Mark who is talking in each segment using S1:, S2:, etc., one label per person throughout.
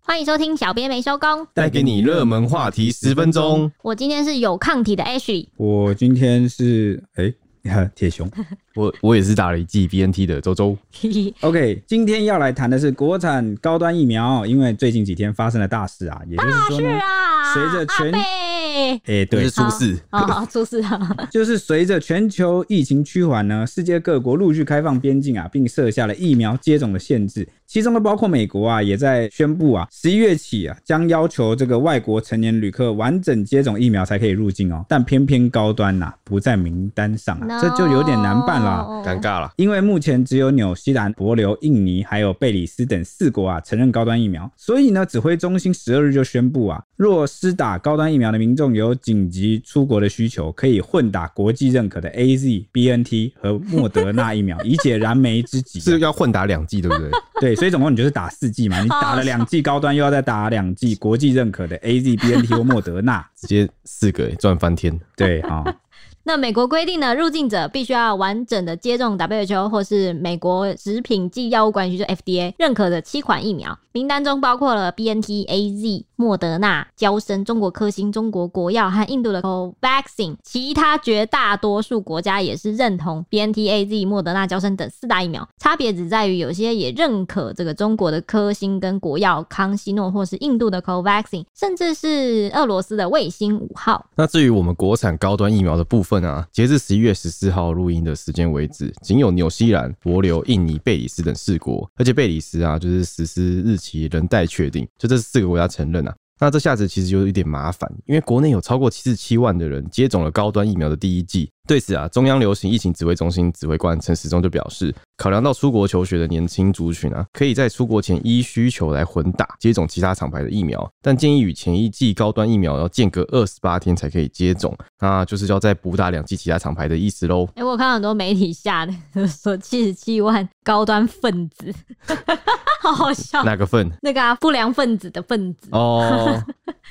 S1: 欢迎收听《小编没收工》，
S2: 带给你热门话题十分钟。
S1: 我今天是有抗体的 Ashley，
S3: 我今天是哎，你看铁熊。
S2: 我我也是打了一剂 BNT 的周周，
S3: 嗯 OK，今天要来谈的是国产高端疫苗，因为最近几天发生了大事啊，也就是说
S1: 是
S3: 呢，
S1: 啊，
S3: 随着
S1: 阿
S3: 全
S1: 贝
S3: 哎、
S2: 就
S3: 对
S2: 是，出事。
S1: 哦，出事了，
S3: 就是随着全球疫情趋缓呢，世界各国陆续开放边境啊，并设下了疫苗接种的限制，其中呢包括美国啊，也在宣布啊，十一月起啊，将要求这个外国成年旅客完整接种疫苗才可以入境哦，但偏偏高端呐、不在名单上啊
S1: No
S3: 这就有点难办啊啦。
S1: 哦
S2: 尴。尬了，
S3: 因为目前只有纽西兰、帛琉、印尼还有贝里斯等四国啊承认高端疫苗，所以呢，指挥中心十二日就宣布啊，若施打高端疫苗的民众有紧急出国的需求，可以混打国际认可的 A Z、B N T 和莫德纳疫苗，以 解燃眉之急、啊
S2: 是要混打两剂，对不对？
S3: 对，所以总共你就是打四剂嘛，你打了两剂高端，又要再打两剂国际认可的 A Z、B N T 或莫德纳。
S2: 直接四个欸赚翻天。
S3: 对啊、
S1: 那美国规定呢，入境者必须要完整的接种 WHO 或是美国食品及药物管理局就 FDA 认可的七款疫苗，名单中包括了 BNT、AZ、莫德纳、娇生、中国科兴、中国国药和印度的 Covaxin。其他绝大多数国家也是认同 BNT、AZ、莫德纳、娇生等四大疫苗，差别只在于有些也认可这个中国的科兴跟国药康希诺，或是印度的 Covaxin，甚至是俄罗斯的卫星五号。
S2: 那至于我们国产高端疫苗的部分啊，截至十一月十四号录音的时间为止，仅有纽西兰、帛琉、印尼、贝里斯等四国，而且贝里斯啊，就是实施日期仍待确定，就这四个国家承认啊。那这下子其实就有一点麻烦，因为国内有超过七十七万的人接种了高端疫苗的第一剂。对此啊，中央流行疫情指挥中心指挥官陈时中就表示，考量到出国求学的年轻族群啊，可以在出国前依需求来混打接种其他厂牌的疫苗，但建议与前一剂高端疫苗要间隔二十八天才可以接种，那就是要再补打两剂其他厂牌的意思喽。
S1: 哎、我有看到很多媒体下的 说七十七万高端分子， 好好笑。
S2: 哪个份？
S1: 那个、啊、不良分子的分子，
S2: 哦，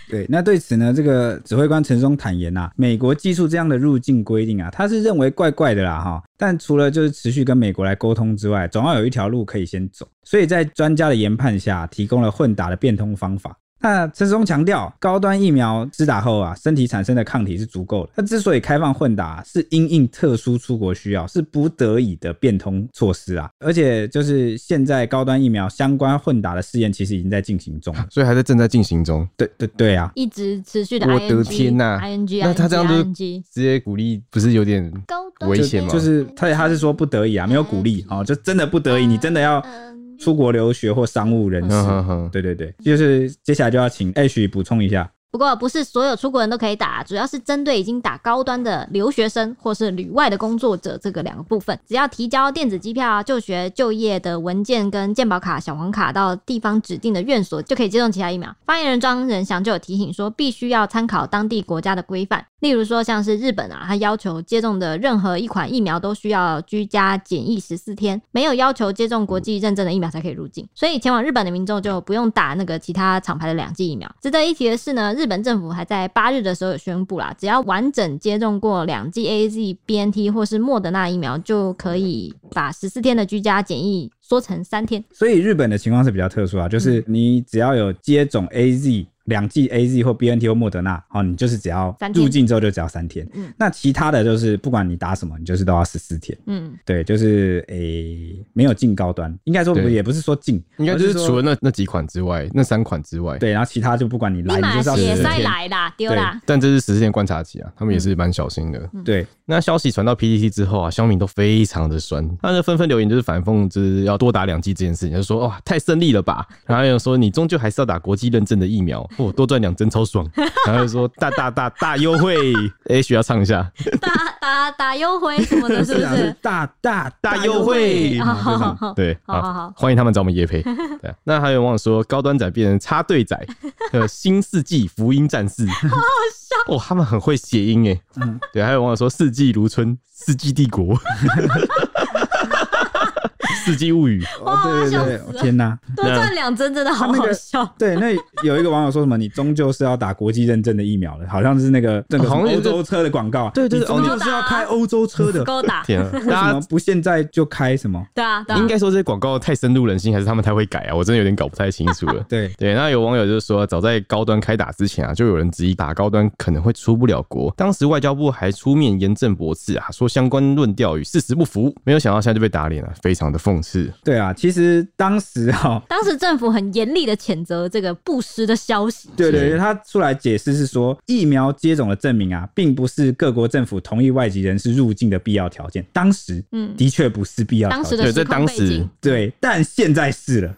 S3: 对，那对此呢，这个指挥官陈松坦言呐、啊美国技术这样的入境规定啊，他是认为怪怪的啦哈。但除了就是持续跟美国来沟通之外，总要有一条路可以先走，所以在专家的研判下，提供了混打的变通方法。那陈松强调，高端疫苗施打后啊，身体产生的抗体是足够的。那之所以开放混打、是因应特殊出国需要，是不得已的变通措施啊。而且就是现在高端疫苗相关混打的试验，其实已经在进行中了。
S2: 所以还在正在进行中。
S3: 对对对啊，
S1: 一直持续的 ing,
S2: 我的天呐
S1: i n g
S2: 啊那他这样
S1: ing,
S2: 就
S1: ing
S2: 直接鼓励，不是有点
S1: 高
S2: 危险吗
S3: 就就是他他是说不得已啊，没有鼓励哦，就真的不得已，你真的要
S1: 嗯
S3: 出国留学或商务人士。
S2: 嗯哼哼，
S3: 对对对，就是接下来就要请 H 补充一下。
S1: 不过不是所有出国人都可以打，主要是针对已经打高端的留学生或是旅外的工作者这个两个部分。只要提交电子机票啊、就学、就业的文件跟健保卡、小黄卡到地方指定的院所，就可以接种其他疫苗。发言人庄仁祥就有提醒说，必须要参考当地国家的规范，例如说像是日本啊，它要求接种的任何一款疫苗都需要居家检疫十四天，没有要求接种国际认证的疫苗才可以入境，所以前往日本的民众就不用打那个其他厂牌的两剂疫苗。值得一提的是呢，日本政府还在八日的时候有宣布啦，只要完整接种过两剂 A Z、B N T 或是莫德纳疫苗，就可以把十四天的居家检疫缩成三天。
S3: 所以日本的情况是比较特殊啊，
S1: 嗯
S3: 就是你只要有接种 A Z 两剂 A Z 或 B N T 或莫德纳，哦，你就是只要
S1: 三天
S3: 入境之后就只要三天
S1: 嗯。
S3: 那其他的就是不管你打什么，你就是都要十四天。
S1: 嗯，
S3: 对，就是诶、没有进高端，应该说不
S2: 对
S3: 也不是说进，
S2: 应该
S3: 而
S2: 就是
S3: 说
S2: 除了那那几款之外，那三款之外，
S3: 对，然后其他就不管你来，
S1: 立
S3: 你
S1: 马
S3: 就是要
S1: 血
S3: 14
S1: 塞
S3: 天
S1: 来啦，丢 啦。
S2: 但这是十四天观察期啊，他们也
S3: 嗯
S2: 是蛮小心的。
S3: 对，
S2: 那消息传到 PTT 之后啊，乡民都非常的酸，他们纷纷留言就是反讽，就是要多打两剂这件事情，就说哇太胜利了吧，然后又说你终究还是要打国际认证的疫苗，哦多赚两针超爽，然后又说大大大大优惠，H 要唱一下
S1: 打打打优惠什么 的，是不
S3: 啊
S1: 是？
S3: 大大
S2: 大优惠
S1: 哦，好好好
S2: 对，
S1: 好好好
S2: 欢迎他们找我们叶配。对啊，那还有网友说高端仔变成插队仔，呃，新世纪福音战士，好好笑哦，他们很会谐音哎。
S3: 嗯
S2: 对，还有网友说世纪如春，世纪帝国，世纪物语》。
S1: 哇
S3: 哦对对
S1: 哦笑死
S3: 对，
S1: 了
S3: 天哪！
S1: 多赚两针真的好好笑。
S3: 对，那有一个网友说什么，你终究是要打国际认证的疫苗了，好像是那个那个什
S2: 哦好
S3: 么
S2: 像
S3: 欧
S2: 有这
S3: 洲车的广告啊，
S2: 对对
S3: 你
S2: 对
S3: 终究是要开欧洲车的，
S1: 勾打，
S2: 天啊，
S3: 为什
S2: 大
S3: 么
S2: 家
S3: 不现在就开什么？。
S1: 对啊，对啊
S2: 应，该说这些广告太深入人心，还是他们太会改啊？我真的有点搞不太清楚了
S3: 对，
S2: 对，那有网友就说，早在高端开打之前啊，就有人质疑打高端可能会出不了国。当时外交部还出面严正驳斥啊，说相关论调与事实不符。没有想到现在就被打脸了，非常的讽刺。
S3: 对啊，其实当时哦哈、
S1: 当时政府很严厉的谴责这个不实的消息。
S3: 对对
S2: 是
S3: 对，他出来解释是说，疫苗接种的证明啊，并不是各国政府同意外籍人士入境的必要条件。当时，
S1: 嗯
S3: 的确不是必要条件
S1: 当时的
S2: 啊对，
S1: 时
S2: 在
S1: 空
S2: 当
S1: 背
S2: 时
S1: 景，，
S3: 对，但现在是 了。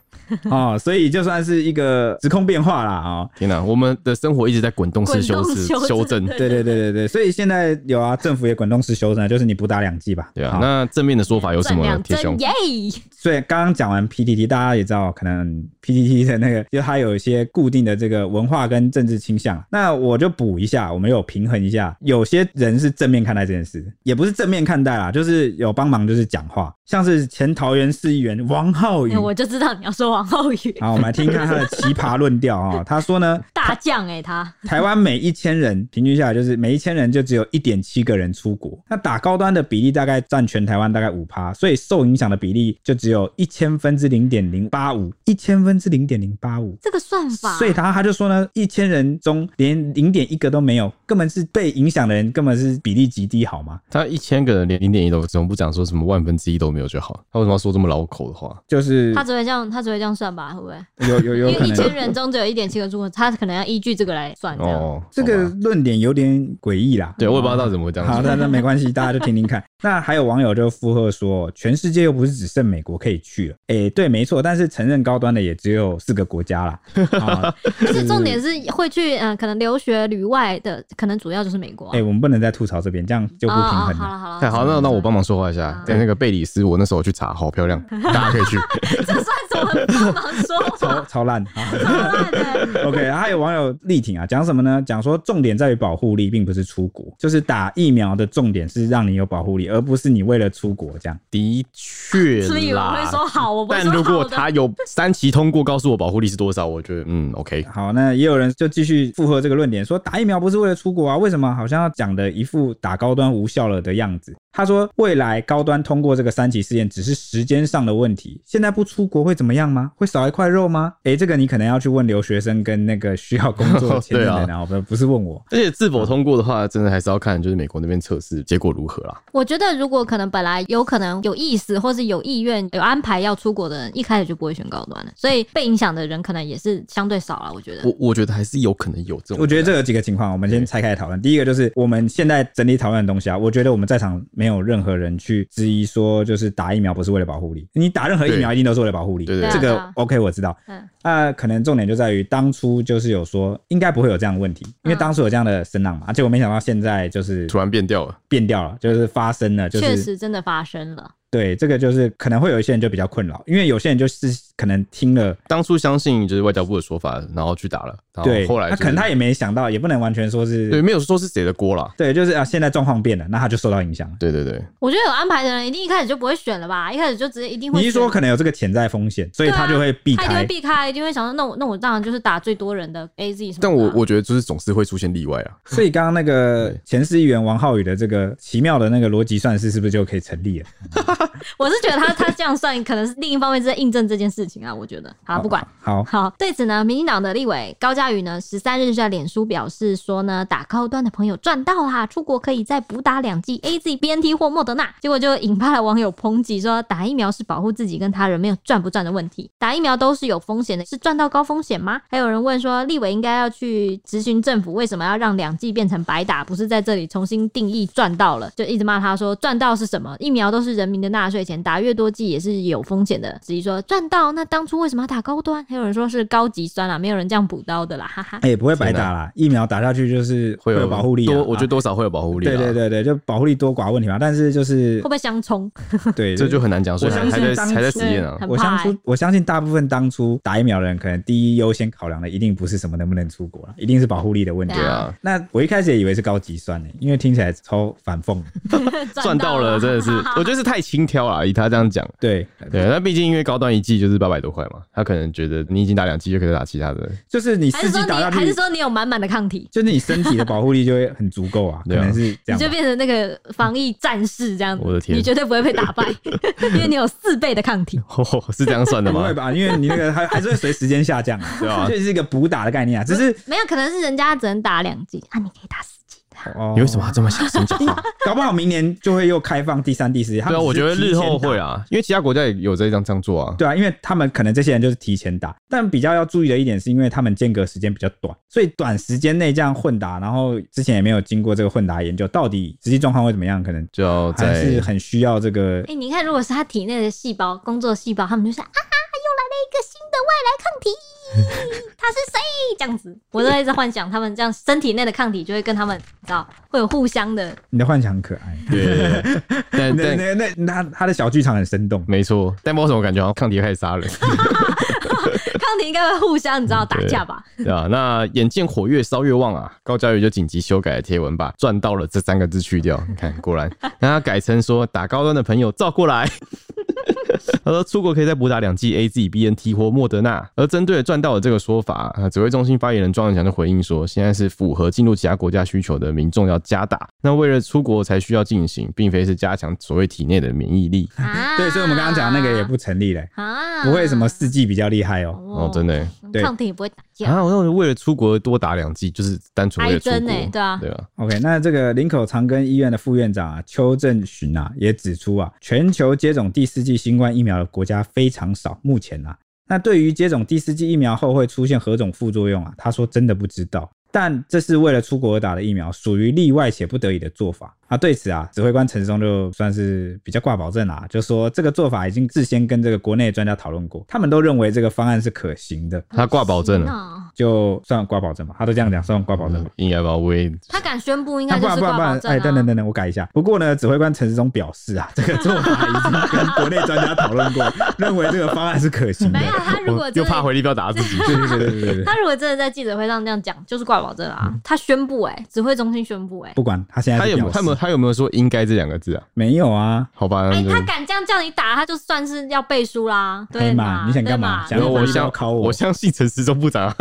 S3: 哦，所以就算是一个时空变化啦，哦，
S2: 天哪，我们的生活一直在滚动式
S1: 滚
S2: 修
S1: 动
S2: 饰
S1: 修
S2: 修
S1: 正
S2: 正。
S3: 对对对对对，所以现在有啊，政府也滚动式修正， 就是你不打两剂吧，
S2: 对啊
S3: 好，
S2: 那正面的说法有什
S1: 赚
S2: 么呢
S1: 两？
S2: 铁兄
S1: 针，耶！
S3: 所以刚刚讲完 PTT，大家也知道，可能 PTT 的那个，就它有一些固定的这个文化跟政治倾向。那我就补一下，我们有平衡一下，有些人是正面看待这件事，也不是正面看待啦，就是有帮忙，就是讲话，像是前桃园市议员王浩宇
S1: 哎。我就知道你要说王浩
S2: 嗯
S1: 宇
S3: 好，我们来听一看他的奇葩论调啊、哦。他说呢，
S1: 大将哎，他
S3: 台湾每一千人平均下来就是每一千人就只有一点七个人出国，那打高端的比例大概占全台湾大概五趴，所以受影响的比例就只有一千分之零点零八五，一千分之零点零八五。
S1: 这个算法，
S3: 所以他他就说呢，一千人中连零点一个都没有，根本是被影响的人根本是比例极低，好吗？
S2: 他一千个人连零点一都，怎么不讲说什么万分之一都没有就好？他为什么要说这么老口的话？
S3: 就是
S1: 他只会这样，他只会这样算吧？会不会？
S3: 有有有
S1: 因
S3: 可
S1: 为一千
S3: 能。
S1: 人中只有一点七个住户，他可能要依据这个来算这样。
S2: 哦，
S3: 这个
S2: 好吧
S3: 论点有点诡异啦，
S2: 对我也不知道他怎么会这样
S3: 好，
S2: 说。
S3: 那那没关 系，大家就听听看。那还有网友就附和说，全世界又不是只剩美国可以去了。诶，对，没错，但是承认高端的也只有四个国家 啦。啊，
S1: 不是重点是会去嗯、呃可能留学旅外的，可能主要就是美国。
S3: 诶，我们不能再吐槽这边，这样就不
S1: 哦
S3: 平
S1: 哦
S3: 衡
S1: 好
S3: 了。
S1: 了好
S2: 哎，
S1: 了，
S2: 好，那那我帮忙说话一下
S1: 嗯。
S2: 对，那个贝里斯，我那时候去查，好漂 亮，大家可以去。
S1: 这算什么帮忙说
S3: 超
S1: 话？
S3: 超烂。
S1: 好烂的
S3: OK，还有网友力挺啊，讲什么呢？讲说重点在于保护力，并不是出国，就是打疫苗的重点是让你有保护力，而不是你为了出国这样。
S2: 的确
S1: 所以我
S2: 啦
S1: 会，说好，我不会
S2: 但
S1: 说
S2: 如
S1: 好
S2: 果
S1: 的。
S2: 他有三期通过，告诉我保护力是多少，我觉得嗯，OK。
S3: 好，那也有人就继续附和这个论点，说打疫苗不是为了出国啊，为什么好像要讲的一副打高端无效了的样子？他说，未来高端通过这个三期试验只是时间上的问题，现在不出国会怎么样 吗？会少一块肉吗？诶，这个你可能要去问留学生跟那个需要工作签证的人啊，不不是 问我。
S2: 而且是否通过的话，真的还是要看就是美国那边测试结果如何啦。
S1: 我觉得如果可能本来有可能有意思或是有意愿有安排要出国的人，一开始就不会选高端了，所以被影响的人可能也是相对少了。我觉得
S2: 我我觉得还是有可能有这种。
S3: 我觉得这有几个情况，我们先拆开来讨论。第一个就是我们现在整理讨论的东西啊，我觉得我们在场没有任何人去质疑说，就是打疫苗不是为了保护力，你打任何疫苗一定都是为了保护力，
S2: 对对对
S3: 这
S1: 对
S3: 个
S1: 啊
S3: OK 我知道。
S1: 嗯，
S3: 那、可能重点就在于当初就是有说应该不会有这样的问题，因为
S1: 嗯
S3: 当初有这样的声浪嘛，结果没想到现在就是
S2: 突然变调了，
S3: 变掉了，就是发生了，就
S1: 确
S3: 是
S1: 实真的发生了。
S3: 对这个就是可能会有一些人就比较困扰，因为有些人就是可能听了，
S2: 当初相信就是外交部的说法，然后去打了，然后
S3: 对，
S2: 哦后来
S3: 他
S2: 就是
S3: 可能他也没想到，也不能完全说是
S2: 对没有说是谁的锅啦。
S3: 对就是啊，现在状况变了，那他就受到影响了。
S2: 对对对，
S1: 我觉得有安排的人一定一开始就不会选了吧，一开始就直接一定会
S3: 你
S1: 选。
S3: 是说可能有这个潜在风险，所以
S1: 对啊
S3: 他就会避
S1: 他一定
S3: 开
S1: 会？避开，一定会想说，那我那我当然就是打最多人的 A Z 什么的啊、
S2: 但我我觉得就是总是会出现例外啊。
S3: 所以刚刚那个
S2: 对
S3: 前市议员王浩宇的这个奇妙的那个逻辑算式，是不是就可以成立了？
S1: 我是觉得他他这样算，可能是另一方面是在印证这件事情啊。我觉得，好不管。
S3: 哦好，
S1: 好，对此呢，民进党的立委高嘉瑜呢，十三日在脸书表示说呢，打高端的朋友赚到啦，出国可以再补打两剂 A Z B N T 或莫德纳。结果就引发了网友抨击说，打疫苗是保护自己跟他人，没有赚不赚的问题。打疫苗都是有风险的，是赚到高风险吗？还有人问说，立委应该要去咨询政府，为什么要让两剂变成白打，不是在这里重新定义赚到了？就一直骂他说赚到是什么？疫苗都是人民的纳税钱，打越多剂也是有风险的。质疑说赚到，那当初为什么要打高端？还有人说是高级酸啦，没有人这样补刀的啦，哈哈。
S3: 哎、不会白打啦，疫苗打下去就是
S2: 会
S3: 有保护力啊、
S2: 多我觉得
S3: 啊
S2: 多少会有保护力、啊。
S3: 对对，对对，就保护力多寡问题嘛。但是就是
S1: 会不会相冲？
S3: 对，
S2: 这就很难讲，所以还
S3: 我相
S2: 还
S3: 信
S2: 在
S3: 当初
S2: 还在实验啊。
S1: 很
S3: 我
S1: 怕
S3: 相
S1: 欸
S3: 信我相信大部分当初打疫苗的人，可能第一优先考量的一定不是什么能不能出国了，一定是保护力的问题。
S1: 对
S2: 对啊，
S3: 那我一开欸始也以为是高级酸呢、因为听起来超反讽的。
S2: 赚到了，真的是，我觉得是太轻轻佻啦，以他这样讲。
S3: 对，
S2: 对，啊但毕竟因为高端一季就是八百多块嘛，他可能觉得你已经打两季就可以打其他的，
S3: 就是 你
S1: 还是
S3: 四
S1: 说
S3: 季
S1: 你
S3: 打下
S1: 还
S3: 去
S1: 是，说你有满满的抗体，
S3: 就是你身体的保护力就会很足够啊，可
S2: 对啊
S3: 能是这
S1: 你
S3: 样吧
S1: 就。变成那个防疫战士这样子，
S2: 我的天
S1: 你绝对不会被打 败，因为你有四倍的抗体。
S2: 哦， 是这样算的
S3: 不
S2: 吗
S3: 会？吧？因为你那个还还是会随时间下降啊，
S2: 对啊
S3: 就是一个补打的概念啊。只是
S1: 没有，可能是人家只能打两剂，啊，你可以打四剂。
S3: 哦
S2: 你为什么要这么小声讲 话？
S3: 搞不好明年就会又开放第三、第四季。他
S2: 对
S3: 们
S2: 啊，我
S3: 只
S2: 觉
S3: 是
S2: 得日
S3: 提前
S2: 后
S3: 打
S2: 会。啊，因为其他国家也有在这样这样做啊。
S3: 对啊，因为他们可能这些人就是提前打，但比较要注意的一点是，因为他们间隔时间比较短，所以短时间内这样混打，然后之前也没有经过这个混打研究，到底实际状况会怎么样，可能
S2: 就要
S3: 还是
S2: 在
S3: 很需要这个
S1: 哎、你看，如果是他体内的细胞，工作细胞，他们就说啊，又来了一个新的外来抗体，他是谁？这样子，我都在一直幻想他们这样身体内的抗体就会跟他们，你知道，会有互相的。
S3: 你的幻想很可爱，
S2: 对对，对 对但
S3: 哎 那
S2: 但
S3: 那那那他他的小剧场很生动，
S2: 没错，但不知道为什么感觉好像抗体开始杀人，
S1: 康体应该会互相，你知道打
S2: 对
S1: 架吧？
S2: 对啊，那眼见火越烧越旺啊，高嘉瑜就紧急修改了贴文，把“赚到了”这三个字去掉。你看，果然，那他改成说打高端的朋友照过来。 他说出国可以再补打两剂 A Z B N T 或莫德纳。而针对赚到的这个说法，呃，指挥中心发言人庄仁祥就回应说，现在是符合进入其他国家需求的民众要加打，那为了出国才需要进行，并非是加强所谓体内的免疫力。
S1: 啊，
S3: 对，所以我们刚刚讲的那个也不成立嘞，
S1: 啊，
S3: 不会什么四季比较厉害哦，
S1: 哦
S2: 哦，真的欸。
S3: 对
S1: 抗体也不会打架，
S2: 啊，我为了出国多打两剂，就是单纯为了出
S1: 癌
S2: 国
S1: 症，欸对啊
S2: 对啊，
S3: OK，那这个林口长庚医院的副院长啊，邱正寻啊，也指出啊，全球接种第四剂新冠疫苗的国家非常少，目前啊，那对于接种第四剂疫苗后会出现何种副作用啊，他说真的不知道，但这是为了出国而打的疫苗，属于例外且不得已的做法啊。对此啊，指挥官陈松就算是比较挂保证啦、就说这个做法已经事先跟这个国内的专家讨论过，他们都认为这个方案是可行的，
S2: 他挂保
S1: 哦
S2: 证了。
S1: 了。
S3: 就算挂保证嘛，他都这样讲，算挂保证吧。
S2: 应该吧，我也
S1: 他敢宣布，应
S3: 那
S1: 该
S3: 不
S1: 就
S3: 然
S1: 是
S3: 啊不然
S1: 挂
S3: 不然
S1: 保，证
S3: 哎，等等
S1: 啊。
S3: 等等，我改一下。不过呢，指挥官陈时中表示啊， 这个做法已经跟国内专家讨论过，认为这个方案是可行的
S1: 没。有，他如果
S2: 我
S1: 真
S2: 又
S1: 的
S2: 怕回力镖打 自己，
S3: 对对对对对对，
S1: 他如果真的在记者会上这样讲，就是挂保证啊。
S3: 嗯
S1: 他宣布、哎，指挥中心宣布、哎，
S3: 不管他现在
S2: 他
S3: 是
S2: 有
S3: 表示
S2: 他们他有没有说应该这两个字啊？
S3: 没有啊？
S2: 好吧，
S1: 哎、
S2: 那就
S1: 他敢这样叫你打，他就算是要背书啦，对
S3: 哎
S1: 嘛？
S3: 嘛你想干嘛
S1: 对
S3: 想
S1: 嘛
S2: 然后
S3: 要
S2: 我
S3: 回力镖
S2: 相
S3: 拷我
S2: 我相信陈时中部长啊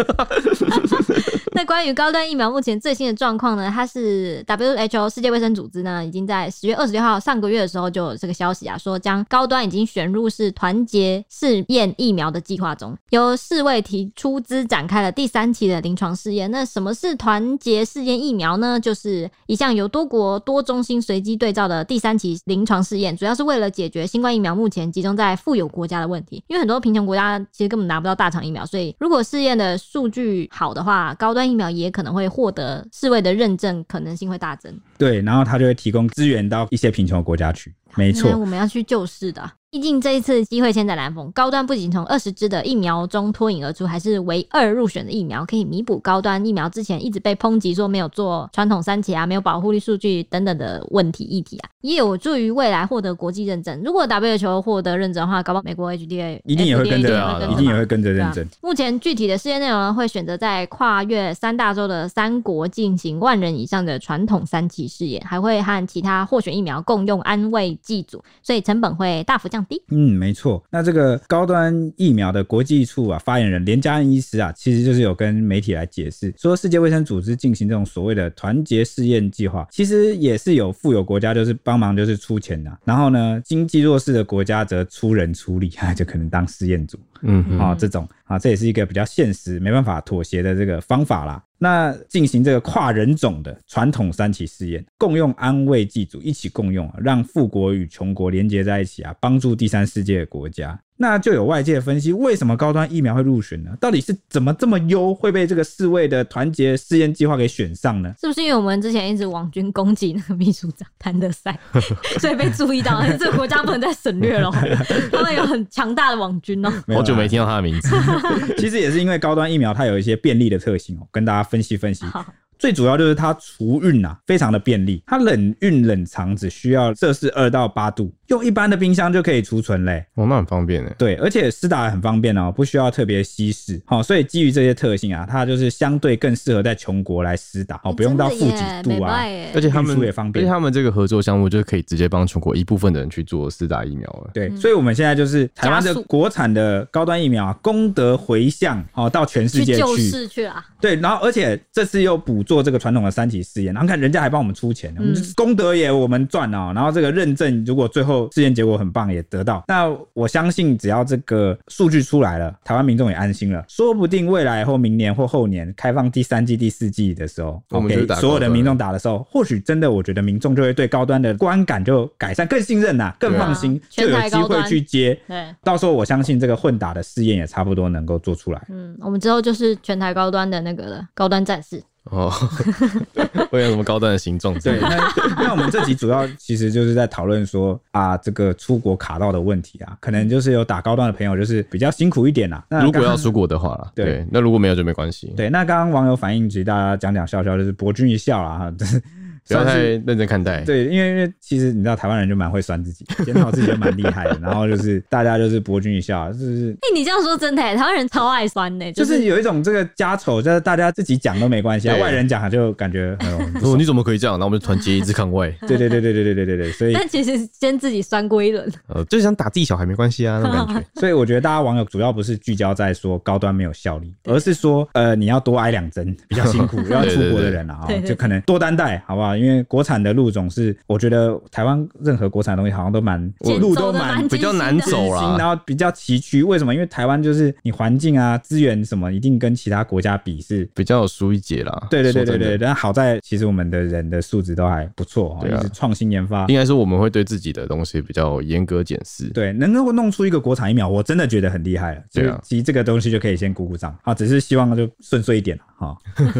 S1: 那关于高端疫苗目前最新的状况呢？它是 WHO 世界卫生组织呢，已经在十月二十六号上个月的时候就有这个消息啊，说将高端已经选入是团结试验疫苗的计划中，由世卫提出资展开了第三期的临床试验。那什么是团结试验疫苗呢？就是一项由多国多中心随机对照的第三期临床试验，主要是为了解决新冠疫苗目前集中在富有国家的问题，因为很多贫穷国家其实根本拿不到大厂疫苗，所以如果试验的数据好的话，高端疫苗也可能会获得世卫的认证，可能性会大增。
S3: 对，然后他就会提供资源到一些贫穷的国家去。没
S1: 那
S3: 错，
S1: 我们要去救市的啊。毕竟这一次机会千载难逢，高端不仅从二十支的疫苗中脱颖而出，还是唯二入选的疫苗，可以弥补高端疫苗之前一直被抨击说没有做传统三期啊、没有保护力数据等等的问题议题啊，也有助于未来获得国际认证。如果 WHO 获得认证的话，搞不好美国 HDA
S3: 一定也会跟
S1: FDA
S3: 着
S1: 也会
S3: 啊，
S1: 跟
S3: 一
S1: 着
S3: 定
S1: 嘛
S3: 也会跟着
S1: 哎对
S3: 认
S1: 啊
S3: 真。
S1: 目前具体的试验内容呢会选择在跨越三大洲的三国进行万人以上的传统三期试验，还会和其他获选疫苗共用安慰剂组，所以成本会大幅降 低。
S3: 嗯，没错。那这个高端疫苗的国际处啊，发言人连家恩医师啊，其实就是有跟媒体来解释，说世界卫生组织进行这种所谓的团结试验计划，其实也是有富有国家就是帮忙就是出钱的、然后呢，经济弱势的国家则出人出力， 啊，就可能当试验组。
S2: 嗯哼
S3: 啊、
S1: 嗯
S3: 这种啊，这也是一个比较现实、没办法妥协的这个方法啦。那进行这个跨人种的传统三期试验，共用安慰剂组一起共用、啊，让富国与穷国连接在一起啊，帮助第三世界的国家。那就有外界分析，为什么高端疫苗会入选呢？到底是怎么这么优，会被这个世卫的团结试验计划给选上呢？
S1: 是不是因为我们之前一直网军攻击那个秘书长谭德赛， 所以被注意到？哎这个国家不能再省略 了，哦他们有很强大的网军哦。
S3: 没有
S2: 好久
S3: 啦
S2: 没听到他的名字，
S3: 其实也是因为高端疫苗它有一些便利的特性哦，跟大家分析分析。
S1: 好，
S3: 最主要就是它储运啊，非常的便利，它冷运冷藏只需要摄氏二到八度，用一般的冰箱就可以储存嘞、
S2: 哦，那很方便哎。
S3: 对，而且施打很方便哦，不需要特别稀释。好、所以基于这些特性啊，它就是相对更适合在穷国来施打，
S1: 哎
S3: 哦，不用到负几度啊。
S2: 而且他们
S3: 运输也方便
S2: 而且他们这个合作项目就可以直接帮全国一部分的人去做四打疫苗了。
S3: 对，所以我们现在就是台湾
S1: 嗯加
S3: 的
S1: 速
S3: 国产的高端疫苗啊，功德回向哦，到全世
S1: 去
S3: 界
S1: 救
S3: 去。
S1: 市去啊啦，
S3: 对，然后而且这次又补做这个传统的三级试验，然后看人家还帮我们出钱，我
S1: 嗯
S3: 们就是功德也我们赚哦。然后这个认证，如果最后试验结果很棒，也得到，那我相信只要这个数据出来了，台湾民众也安心了。说不定未来或明年或后年开放第三季、第四季的时候，
S2: 我们就
S3: 给
S2: 打
S3: 所有的
S2: 高端
S3: 民众打的时候，或许真的，我觉得民众就会对高端的观感就改善，更信任呐、更
S2: 对啊
S3: 放心，就
S1: 全
S3: 有
S1: 台
S3: 机
S1: 高
S3: 会
S1: 端
S3: 去接。
S1: 对。
S3: 到时候我相信这个混打的试验也差不多能够做出来。
S1: 嗯，我们之后就是全台高端的那个了，高端战士。
S2: 哦，会有什么高端的形状？
S3: 对，， 那那我们这集主要其实就是在讨论说啊，这个出国卡到的问题啊，可能就是有打高端的朋友就是比较辛苦一点啦、那
S2: 如果
S3: 刚
S2: 要出国的话啦，
S3: 对
S2: 对，那如果没有就没关系，
S3: 对，那刚刚网友反映，其实大家讲讲笑笑，就是博君一笑啦，哈， 就是
S2: 不要
S3: 算
S2: 太
S3: 是。
S2: 认真看待。
S3: 对，因为因为其实你知道台湾人就蛮会酸自己，检讨自己就蛮厉害的，然后就是大家就是博君一笑，啊就是
S1: 哎、你这样说真的、欸，台湾人超爱酸的、
S3: 就
S1: 就是
S3: 有一种这个家丑，就是大家自己讲都没关系啊，
S2: 对
S3: 外人讲就感觉很 容易不
S2: 哦，
S3: 爽。。
S2: 你怎么可以这样？然后我们就团结一致抗 外
S3: 对对对对对对对对对，所以
S1: 但其实先自己酸过一轮，
S2: 呃，就是想打自己小孩没关系啊，那种感觉。
S3: 所以我觉得大家网友主要不是聚焦在说高端没有效力，而是说呃你要多挨两针比较辛苦， 要出国的人啊、
S1: 对对
S3: 哦
S1: 对
S3: 就可能多担待好不好？因为国产的路总是，我觉得台湾任何国产的东西好像都蛮
S1: 前
S3: 路
S1: 奏
S3: 都
S1: 的
S3: 蛮
S1: 蛮啊
S2: 比
S1: 艰
S2: 较
S1: 辛
S2: 难
S1: 的
S2: 走
S3: 艰辛
S2: 啦
S3: 然后比较崎岖。为什么？因为台湾就是你环境啊、资源什么，一定跟其他国家比是。
S2: 比较有疏一解啦。
S3: 对对对
S2: 说
S3: 对
S2: 真的
S3: 对，，但好在其实我们的人的素质都还不错、哦，
S2: 对啊
S3: 一直创新研发，
S2: 应该说我们会对自己的东西比较严格检视。
S3: 对，能够弄出一个国产疫苗，我真的觉得很厉害了。就
S2: 对
S3: 是
S2: 啊
S3: 其实这个东西就可以先鼓鼓掌啊，只是希望就顺遂一点了哈、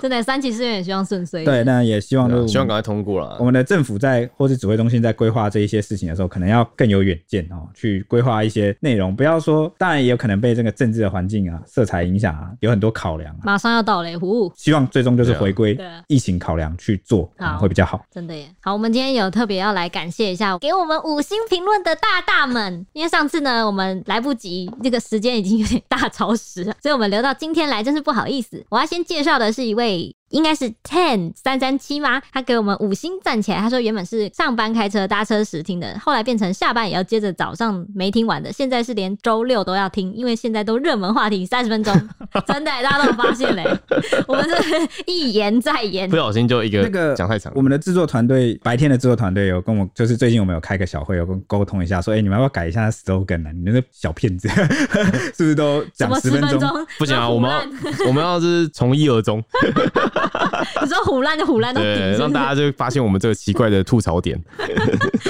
S1: 真的三期试验也希望顺遂。
S3: 对，，那也希望
S2: 对
S3: 就
S2: 啊希望
S3: 我们
S2: 赶快通过啦
S3: 我。们的政府在或是指挥中心在规划这一些事情的时候，可能要更有远见哦，去规划一些内容，不要说，当然也有可能被这个政治的环境啊、色彩影响啊，有很多考量啊。
S1: 马上要到嘞，呼呼，
S3: 希望最终就是
S2: 对啊
S3: 回归
S1: 对啊
S3: 疫情考量去做，啊
S1: 好
S3: 会比较好。
S1: 真的耶。好，我们今天有特别要来感谢一下给我们五星评论的大大们，因为上次呢我们来不及，这个时间已经有点大超时了，所以我们留到今天来真是不好意思。我要先介绍的是一位。应该是 ten 三三七吗？他给我们五星站起来。他说原本是上班开车搭车时听的，后来变成下班也要接着早上没听完的，现在是连周六都要听，因为现在都热门话题三十分钟，真的耶、大家都有发现嘞、我们是一言再言
S2: 不，小心就一个
S3: 那个
S2: 讲太长了
S3: 我，们的制作团队白天的制作团队有跟我，就是最近我们有开个小会，有跟沟通一下，说，哎、你们要不要改一下 slogan 啊？你们那小骗子是不是都
S1: 什
S3: 讲
S1: 么十
S3: 十分
S1: 分
S3: 钟？
S1: 钟？
S2: 不行啊，
S1: 那胡
S2: 我们
S1: 乱
S2: 要我们要是从一 而终，
S1: 你说虎 烂就虎烂到底，
S2: 对，
S1: 是
S2: 让
S1: 不
S2: 大家
S1: 是？
S2: 就发现我们这个奇怪的吐槽点。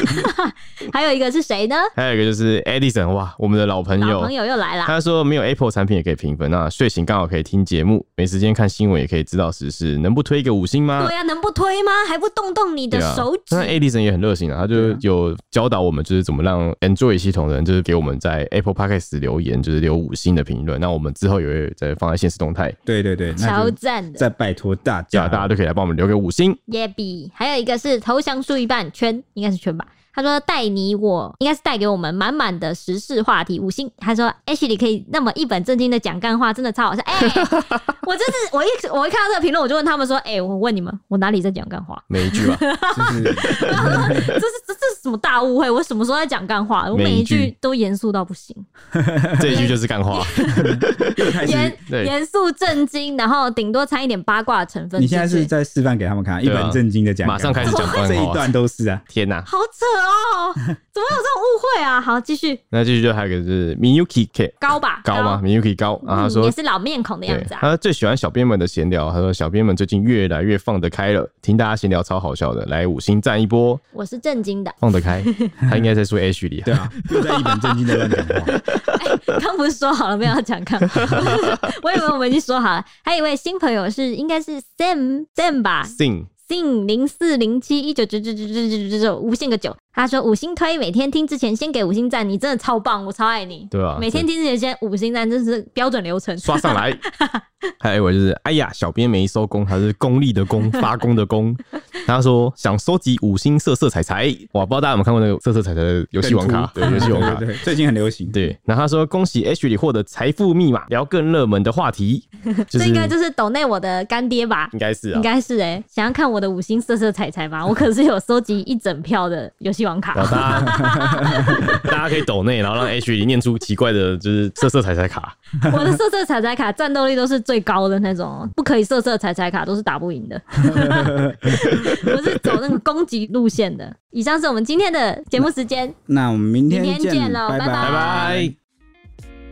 S1: 还有一个是谁呢？
S2: 还有一个就是 Edison，哇，我们的老朋
S1: 老
S2: 友
S1: 朋。友又来啦。
S2: 他说没有 Apple 产品也可以评分，那睡醒刚好可以听节目，没时间看新闻也可以知道时事，能不推一个五星吗
S1: 对？呀、啊能不推吗？还不动动你的
S2: 对啊
S1: 手，指？
S2: 那 Edison 也很热心啊，他就有教导我们，就是怎么让 Android 系统的人，就是给我们在 Apple Podcast 留言，就是留五星的评论。那我们之后也会再放在现实动态，
S3: 对对对，那
S1: 超
S3: 就
S1: 赞的
S3: 再拜托大
S2: 对
S3: 家，
S2: 啊，大家都可以来帮我们留个五星。
S1: 耶比，还有一个是投降输一半圈，应该是圈吧。他说带你我应该是带给我们满满的时事话题五星。他说 H 你可以那么一本正经的讲干话，真的超好笑。哎、我就是我一我一看到这个评论，我就问他们说，哎、我问你们，我哪里在讲干话？
S2: 每一 句吧，
S3: 就是
S1: 这是这这是什么大误会？我什么时候在讲干话？我每一
S2: 每一
S1: 句
S2: 句
S1: 都严肃到不行。
S2: 这一句就是干话。
S3: 又开始。
S1: 严
S2: 对
S1: 严肃震惊，然后顶多掺一点八卦成分进去。
S3: 你现在是在示范给他们看，一
S2: 对啊
S3: 本正经的讲，
S2: 马上开始讲干话
S3: 这一段都是啊。
S2: 天哪、
S1: 好扯哦，怎么有这种误会啊？好，继续
S2: 那继续就还有一个是 Miyuki K
S1: 高吧，
S2: 高吗？Miyuki 高
S1: 嗯
S2: 啊，他说
S1: 也是老面孔的样
S2: 对，
S1: 子啊。
S2: 他最喜欢小编们的闲聊。他说，小编们最近越来越放得开了，听大家闲聊超好笑的，来五星赞一波，
S1: 我是震惊的，
S2: 放 得开。他应该在说 H 里，
S3: 对啊，又在一本正经的乱讲话。
S1: 刚不是说好了没有要讲干话？ 我以为我们已经说好了。还有一位新朋友是应该是 Sam Sam 吧
S2: sing
S1: sin 零四零七一九九九九九九九九无限个九，他说五星推，每天听之前先给五星赞，你真的超棒，我超爱你。
S2: 对啊
S1: 每天听之前先五星赞，这是标准流程。
S2: 刷上 来。还有一位就是，哎呀，小编没收工，他是功利的功，发功的 功。他说想收集五星色色彩彩，哇，不知道大家有没有看过那个色色彩彩的游戏王卡， 对，游戏王卡
S3: 对。对，最近很流行。
S2: 对，那他说恭喜 H 里获得财富密码，聊更热门的话 题，就
S1: 这
S2: 是
S1: 应该就是抖内我的干爹吧？
S2: 应该是啊
S1: 应，该是哎、想要看我的五星色色彩彩吧？我可是有收集一整票的游戏王卡。
S2: 然后哦大家 大家可以抖内，然后让 H 里念出奇怪的，就是色色彩彩 卡。
S1: 我的色色彩彩卡战斗力都是最高的那种哦，不可以色色彩彩卡都是打不赢 的。 我是走那个攻击路线的。以上是我们今天的节目时间，
S3: 那我们明天
S1: 明天见喽
S3: 拜
S1: 拜
S2: 拜拜。